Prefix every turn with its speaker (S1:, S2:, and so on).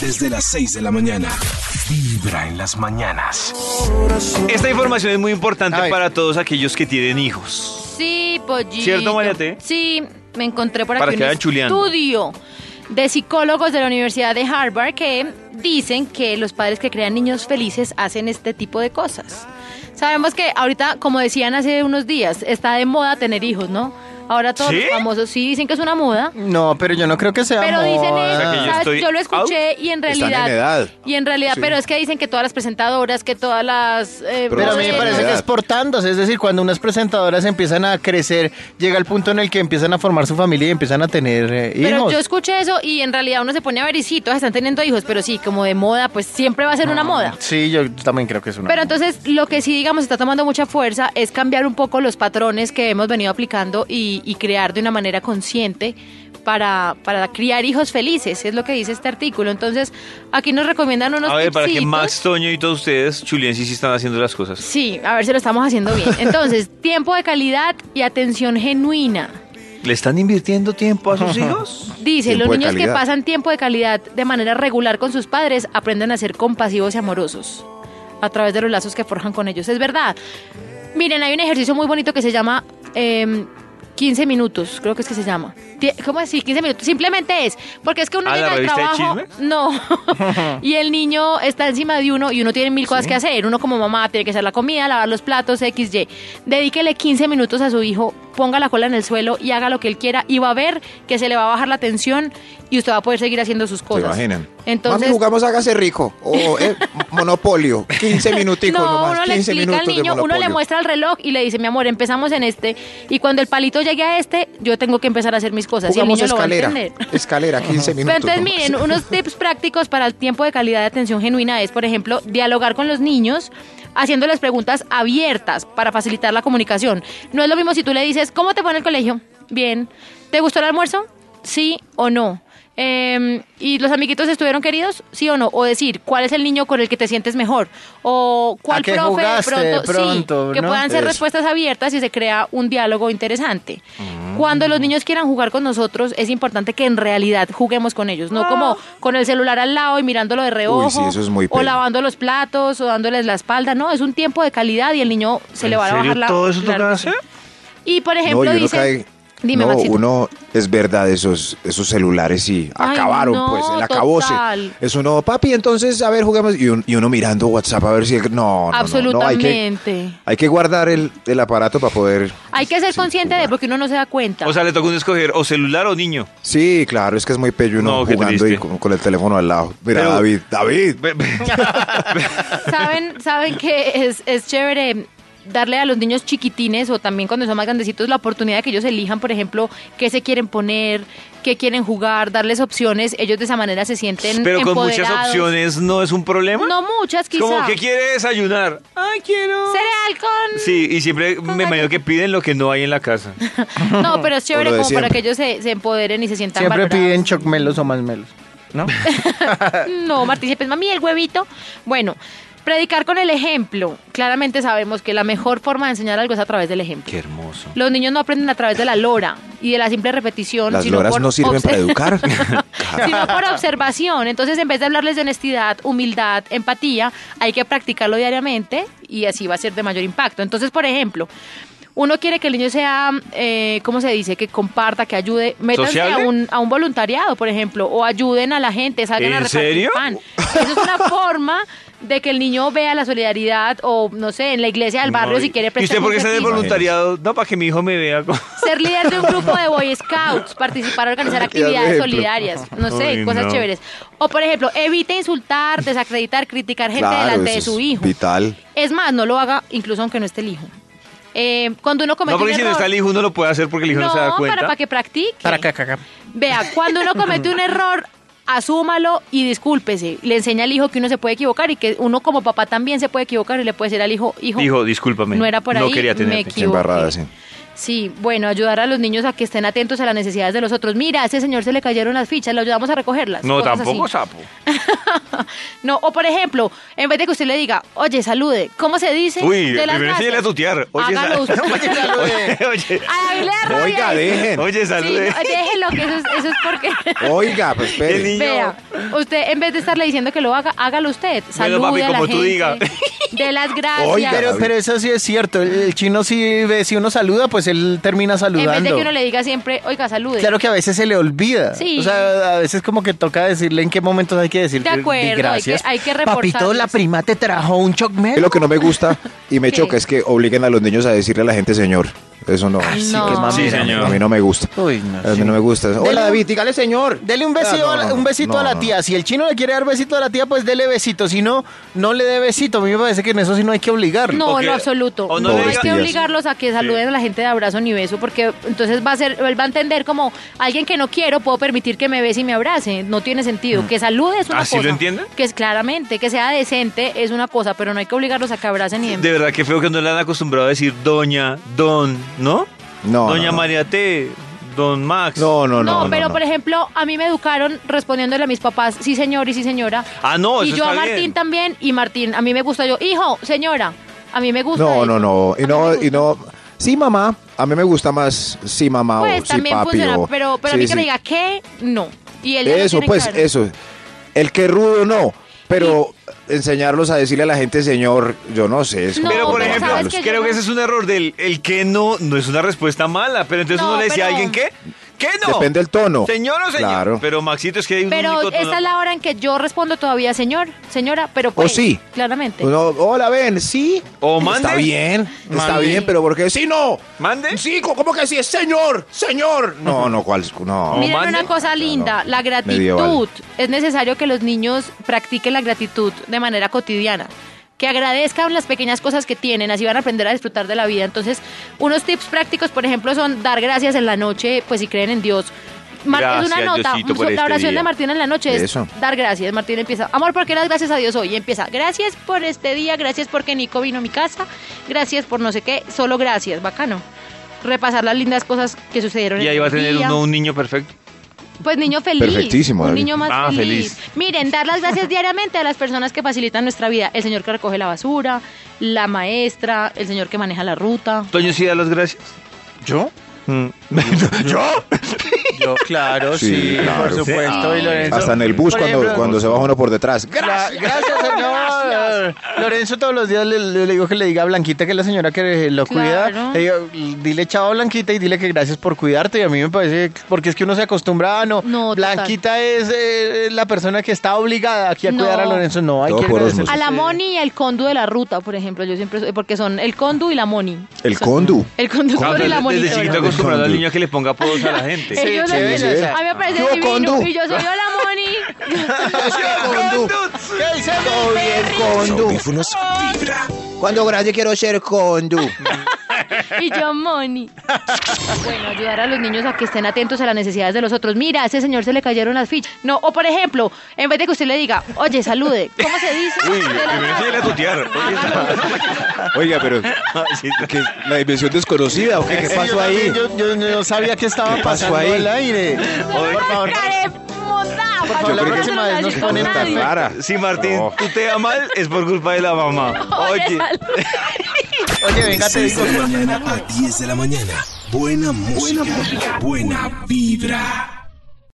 S1: desde las 6 de la mañana. Vibra en las mañanas.
S2: Esta información es muy importante
S3: A ver.
S2: para todos aquellos que tienen hijos.
S4: Sí, pollito.
S2: ¿Cierto, María T?
S4: Sí, me encontré por
S2: Para
S4: aquí
S2: que
S4: un
S2: vayan chuleando.
S4: estudio de psicólogos de la Universidad de Harvard que dicen que los padres que crean niños felices hacen este tipo de cosas. Sabemos que ahorita, como decían hace unos días, está de moda tener hijos, ¿no? Ahora todos
S2: ¿Sí?
S4: los famosos sí dicen que es una moda.
S3: No, pero yo no creo que sea
S4: Pero dicen,
S3: moda.
S4: ellos,
S2: O sea, que yo
S4: ¿sabes?
S2: estoy
S4: yo lo escuché y en
S5: Están en
S4: realidad...
S5: edad.
S4: Y en realidad,
S5: Sí.
S4: pero es que dicen que todas las presentadoras, que todas las... eh,
S3: Pero a mí me
S4: modelos-
S3: parece que es portándose, es decir, cuando unas presentadoras empiezan a crecer, llega el punto en el que empiezan a formar su familia y empiezan a tener eh, hijos.
S4: Pero yo escuché eso y en realidad uno se pone a ver y sí, todas están teniendo hijos, pero sí, como de moda, pues siempre va a ser una moda.
S3: Sí, yo también creo que es una.
S4: Pero entonces lo que sí, digamos, está tomando mucha fuerza es cambiar un poco los patrones que hemos venido aplicando y, y crear de una manera consciente para, para criar hijos felices, es lo que dice este artículo. Entonces, aquí nos recomiendan unos
S2: A ver, para que
S4: tipsitos.
S2: Max, Toño y todos ustedes, Julián, sí, sí están haciendo las cosas.
S4: Sí, a ver si lo estamos haciendo bien. Entonces, tiempo de calidad y atención genuina.
S2: ¿Le están invirtiendo tiempo a sus hijos?
S4: Dice,
S5: Tiempo
S4: los
S5: de
S4: niños que
S5: calidad.
S4: pasan tiempo de calidad de manera regular con sus padres aprenden a ser compasivos y amorosos a través de los lazos que forjan con ellos. Es verdad. Miren, hay un ejercicio muy bonito que se llama eh, 15 minutos, creo que es que se llama. Ti- ¿Cómo así? 15 minutos. Simplemente es, porque es que uno
S2: ¿Ah, la
S4: llega al
S2: revista de
S4: trabajo...
S2: chismes?
S4: No. y el niño está encima de uno y uno tiene mil cosas que hacer. Uno como mamá tiene que hacer la comida, lavar los platos, X, Y. Dedíquele 15 minutos a su hijo, ponga la cola en el suelo y haga lo que él quiera y va a ver que se le va a bajar la tensión y usted va a poder seguir haciendo sus cosas.
S5: ¿Se imaginan?
S4: Entonces,
S5: Mami, jugamos Hágase Rico o eh, Monopolio. 15 minuticos
S4: no,
S5: nomás,
S4: uno le
S5: 15
S4: explica al
S5: minutos de
S4: niño, uno le
S5: Monopolio.
S4: muestra el reloj y le dice, mi amor, empezamos en este. Y cuando el palito llegue a este, yo tengo que empezar a hacer mis cosas.
S5: Jugamos
S4: y el niño
S5: escalera,
S4: lo va a entender.
S5: escalera, 15
S4: Pero
S5: minutos.
S4: entonces,
S5: nomás.
S4: miren, unos tips prácticos para el tiempo de calidad de atención genuina es, por ejemplo, dialogar con los niños haciéndoles preguntas abiertas para facilitar la comunicación. No es lo mismo si tú le dices, ¿cómo te fue en el colegio? Bien. ¿Te gustó el almuerzo? Sí o no. Em, ¿Y los amiguitos estuvieron queridos? Sí o no. O decir, ¿cuál es el niño con el que te sientes mejor? O ¿cuál
S3: ¿A qué
S4: profe
S3: jugaste de
S4: Sí,
S3: pronto,
S4: que
S3: no?
S4: puedan ser
S3: Eso.
S4: respuestas abiertas y se crea un diálogo interesante.
S5: Mm.
S4: Cuando los niños quieran jugar con nosotros, es importante que en realidad juguemos con ellos, no como con el celular al lado y mirándolo de reojo,
S5: Uy, sí, eso es muy
S4: o
S5: pena.
S4: lavando los platos, o dándoles la espalda. No, es un tiempo de calidad y el niño se le va a bajar la.
S2: ¿Todo eso toca
S4: claro que sí.
S2: hacer?
S4: Y por
S5: No,
S4: ejemplo,
S5: y uno
S4: dicen-
S5: cae-
S4: Dime,
S5: no,
S4: Maxito.
S5: uno es verdad, esos, esos celulares sí
S4: Ay,
S5: acabaron,
S4: no,
S5: pues, el acabose.
S4: total.
S5: Eso no, papi, entonces, a ver, juguemos. Y, un- y uno mirando WhatsApp a ver si. el- no, no, no, no, hay que,
S4: Absolutamente.
S5: hay que guardar el, el aparato para poder.
S4: Hay que ser
S5: sí,
S4: consciente de
S5: jugar.
S4: porque uno no se da cuenta.
S2: O sea, le toca uno escoger o celular o niño.
S5: Sí, claro, es que es muy pello uno
S2: No, qué
S5: jugando y
S2: triste.
S5: con, con el teléfono al lado. Mira,
S2: Pero-
S5: David, David.
S2: Ve- ve-
S4: saben, saben que es, es chévere darle a los niños chiquitines o también cuando son más grandecitos la oportunidad de que ellos elijan, por ejemplo, qué se quieren poner, qué quieren jugar, darles opciones. Ellos de esa manera se sienten
S2: Pero con muchas
S4: empoderados.
S2: opciones no es un problema.
S4: No muchas,
S2: Es
S4: quizás.
S2: Como que quiere desayunar. Ay, quiero.
S4: Cereal con...
S2: Sí, y siempre me imagino que piden lo que no hay en la casa.
S4: No, pero es chévere
S5: O lo de
S4: como para
S5: siempre.
S4: que ellos se, se empoderen y se sientan
S3: Siempre
S4: valorados.
S3: piden chocmelos o más melos, ¿no?
S4: No, Martín Yepes, mami, el huevito. Bueno, predicar con el ejemplo. Claramente sabemos que la mejor forma de enseñar algo es a través del ejemplo.
S2: Qué hermoso.
S4: Los niños no aprenden a través de la lora y de la simple repetición.
S5: Las
S4: sino
S5: loras
S4: por
S5: no sirven
S4: obs-
S5: para educar.
S4: sino por observación. Entonces, en vez de hablarles de honestidad, humildad, empatía, hay que practicarlo diariamente y así va a ser de mayor impacto. Entonces, por ejemplo, uno quiere que el niño sea, eh, ¿cómo se dice? Que comparta, que ayude. Métanse a
S2: ¿Sociable?
S4: un, a un voluntariado, por ejemplo, o ayuden a la gente, salgan a
S2: ¿En
S4: repartir
S2: serio?
S4: pan. Eso es una forma de que el niño vea la solidaridad o, no sé, en la iglesia del barrio
S2: No,
S4: si
S2: ¿Y
S4: quiere
S2: usted
S4: prestar
S2: por qué está en el
S4: servicio.
S2: voluntariado? No, para que mi hijo me vea. como-
S4: Ser líder de un grupo de Boy Scouts, participar, organizar actividades solidarias, no sé,
S2: Uy,
S4: cosas
S2: no.
S4: chéveres. O por ejemplo, evite insultar, desacreditar, criticar gente
S5: Claro,
S4: delante
S5: eso
S4: de
S5: es
S4: su hijo.
S5: Vital.
S4: Es más, no lo haga incluso aunque no esté el hijo. Eh, cuando uno comete
S2: No, porque
S4: un
S2: si no
S4: error,
S2: está el hijo, uno lo puede hacer porque el hijo no,
S4: no,
S2: se da cuenta.
S4: para, para que practique.
S3: Para acá, acá, acá.
S4: Vea, cuando uno comete un error, asúmalo y discúlpese. Le enseña al hijo que uno se puede equivocar y que uno como papá también se puede equivocar y le puede decir al hijo, hijo,
S2: Hijo, discúlpame.
S4: no era por ahí,
S2: No quería
S4: me
S2: tenerte.
S4: equivoqué.
S5: Embarrada, sí.
S4: Sí, bueno, ayudar a los niños a que estén atentos a las necesidades de los otros. Mira, a ese señor se le cayeron las fichas, lo ayudamos a recogerlas.
S2: No,
S4: cosas
S2: tampoco
S4: así.
S2: sapo.
S4: No, o por ejemplo, en vez de que usted le diga, oye, salude, ¿cómo se dice?
S2: Uy,
S4: De las
S2: primero enséñale a
S4: gracias.
S2: tutear. Oye,
S4: Hágalo
S2: sal-
S4: usted.
S3: Oye, salude.
S2: Oye,
S4: A David le da rabia
S5: Oiga,
S4: eso.
S5: dejen.
S2: oye, eh.
S4: Sí,
S2: salude.
S4: no, déjelo, que eso es, eso es porque...
S5: Oiga, pues
S2: El
S5: espere.
S2: niño-
S4: Vea, usted en vez de estarle diciendo que lo haga, hágalo usted. Salude
S2: papi,
S4: a la
S2: como tú
S4: gente.
S2: digas.
S4: De las gracias.
S5: Oiga,
S3: Pero,
S5: David.
S3: pero eso sí es cierto. El, el chino sí ve, si uno saluda, pues él termina
S4: en
S3: saludando.
S4: vez de que uno le diga siempre, oiga, salude.
S3: Claro que a veces se le olvida.
S4: Sí.
S3: O sea, a veces como que toca decirle en qué momentos hay que decir
S4: De
S3: que- di
S4: acuerdo, hay que-
S3: gracias.
S4: hay que
S3: Papito,
S4: reforzarlos.
S3: la prima te trajo un
S5: Es
S3: chocmel.
S5: lo que no me gusta y me
S4: ¿Qué?
S5: choca es que obliguen a los niños a decirle a la gente señor. Eso no.
S4: Ay, no.
S3: qué
S2: Sí,
S3: mamera.
S2: señor.
S5: A mí no me gusta.
S3: Uy, no,
S5: a mí
S3: sí.
S5: no me gusta. Hola
S3: Dele un-
S5: David, dígale señor.
S3: Dele un besito,
S5: Ah, no,
S3: a la-
S5: no,
S3: un besito
S5: no,
S3: a la
S5: no.
S3: tía. Si el chino le quiere dar besito a la tía, pues dele besito. Si no, no le dé besito. A mí me parece que en eso sí no hay que obligar.
S4: No,
S2: O
S4: en
S2: que-
S4: lo absoluto.
S2: o
S4: no
S2: no
S5: le
S4: hay
S5: diga-
S4: que obligarlos a que saluden a la gente de abrazo ni beso, porque entonces va a ser, él va a entender como alguien que no quiero puedo permitir que me bese y me abrace. No tiene sentido. Que salude es una
S2: Mm. ¿Así
S4: cosa.
S2: lo entiende?
S4: Que es claramente, que sea decente es una cosa, pero no hay que obligarlos a que abracen ni
S2: De verdad que feo que no le han acostumbrado a decir doña, don, ¿no?
S5: No,
S2: Doña
S5: no, no.
S2: María T, don Max.
S5: No, no, no.
S4: No,
S5: no,
S4: pero
S5: no.
S4: por ejemplo, a mí me educaron respondiéndole a mis papás, sí señor y sí señora.
S2: Ah, no,
S4: Y
S2: eso
S4: yo a
S2: está
S4: Martín
S2: bien.
S4: también, y Martín, a mí me gusta yo, hijo, señora, a mí me gusta.
S5: No,
S4: eso.
S5: no, no.
S4: A
S5: Y
S4: mí me
S5: no,
S4: gusta.
S5: y no. Sí, mamá. A mí me gusta más sí, mamá
S4: Pues
S5: o sí,
S4: también
S5: papi.
S4: funciona,
S5: o-
S4: pero, pero a
S5: sí,
S4: mí que
S5: sí.
S4: me diga que no. Y él ya lo
S5: Eso,
S4: tiene
S5: pues,
S4: claro.
S5: eso. El que rudo no. Pero enseñarlos a decirle a la gente señor, yo no sé. es
S4: No,
S5: como-
S2: Pero por
S4: pero
S2: ejemplo,
S4: sabes que yo
S2: creo
S4: no-
S2: que ese es un error del el que no, no es una respuesta mala, pero entonces
S4: No,
S2: uno le decía a
S4: pero-
S2: alguien que ¿Qué no?
S5: Depende del tono.
S2: Señor o señor.
S5: Claro.
S2: Pero Maxito es que hay un
S4: Pero
S2: único tono.
S4: esta es la hora en que yo respondo todavía, señor, señora, pero pues.
S5: sí.
S4: Claramente.
S5: Uno, hola, ven, sí.
S2: O mande.
S5: Está bien, está
S2: Mande.
S5: bien, pero ¿por qué sí, no?
S2: Mande.
S5: Sí, co- ¿cómo que sí? Es señor, señor. No, no, ¿cuál? No.
S4: Miren
S2: mande.
S4: una cosa linda, la gratitud.
S5: Medieval.
S4: Es necesario que los niños practiquen la gratitud de manera cotidiana. Que agradezcan las pequeñas cosas que tienen, así van a aprender a disfrutar de la vida. Entonces, unos tips prácticos, por ejemplo, son dar gracias en la noche, pues si creen en Dios. Mar- es una
S2: Gracias,
S4: nota,
S2: Diosito, por
S4: la
S2: este
S4: oración
S2: día.
S4: de Martín en la noche es
S5: Eso.
S4: dar gracias. Martín empieza, amor, ¿por qué das gracias a Dios hoy? Y empieza, gracias por este día, gracias porque Nico vino a mi casa, gracias por no sé qué, solo gracias, bacano. Repasar las lindas cosas que sucedieron.
S2: Y
S4: en
S2: ahí va a
S4: el
S2: tener
S4: día.
S2: uno un niño perfecto.
S4: Pues niño feliz.
S5: Perfectísimo,
S4: Un
S5: David.
S4: niño más
S2: Ah,
S4: feliz.
S2: feliz.
S4: Miren, dar las gracias diariamente a las personas que facilitan nuestra vida. El señor que recoge la basura, la maestra, el señor que maneja la ruta.
S2: Toño sí da las gracias.
S3: ¿Yo?
S2: Mm.
S3: Yo, claro,
S5: Sí,
S3: sí,
S5: claro.
S3: por supuesto. y Lorenzo-
S5: Hasta en el bus
S3: Por
S5: cuando,
S3: ejemplo,
S5: cuando se baja uno por detrás.
S3: La- Gracias, señor. Lorenzo todos los días le, le- le digo que le diga a Blanquita, que es la señora que lo
S4: Claro.
S3: cuida, le digo, dile chao a Blanquita y dile que gracias por cuidarte. Y a mí me parece, que- porque es que uno se acostumbra a no.
S4: No, total.
S3: Blanquita es eh, la persona que está obligada aquí a
S4: No.
S3: cuidar a Lorenzo. No, hay
S5: Todo
S3: que
S5: por
S3: agradecer.
S5: osmosis.
S4: A la Moni y al Condu de la ruta, por ejemplo. Yo siempre. Porque son el Condu y la Moni.
S5: El condu.
S4: El conductor
S2: Claro,
S4: y la
S2: desde, desde chiquito
S4: monitora.
S2: acostumbrado al niño a que le ponga apodos a la gente.
S3: Sí,
S4: Ellos
S3: chévere,
S4: los-
S5: chévere.
S4: A mí me parece
S5: Yo,
S4: divino.
S5: Condu.
S4: Y yo soy yo la Moni.
S5: Condu.
S3: ¿Qué dice mi perrito?
S1: Los audífonos vibra.
S5: Cuando grande quiero ser condu.
S4: Y yo, Moni. Bueno, ayudar a los niños a que estén atentos a las necesidades de los otros. Mira, a ese señor se le cayeron las fichas. No, o por ejemplo, en vez de que usted le diga, oye, salude, ¿cómo se dice?
S2: Uy,
S4: De la
S2: primero
S4: nada.
S2: sí le tutear. Oye,
S5: Oiga, pero que la dimensión desconocida, ¿o qué, ¿Qué
S3: Sí,
S5: pasó
S3: yo
S5: ahí?
S3: también, Yo, yo no sabía que estaba
S5: ¿Qué pasó
S3: pasando
S5: ahí?
S3: al aire. Por favor.
S4: Caremonda,
S3: favor,
S4: para
S5: la
S4: que
S5: próxima
S4: no se
S3: vez
S4: nos
S3: nos
S4: dañe
S3: ponen
S4: con
S3: tan
S4: nadie.
S5: raro. Para.
S2: Si Martín
S5: No.
S2: tutea mal, es por culpa de la mamá.
S4: Oye,
S2: Oye.
S4: salude.
S3: Oye, venga, te
S1: De 6
S3: digo.
S1: de la mañana a 10 de la mañana. Buena música. Buena vibra.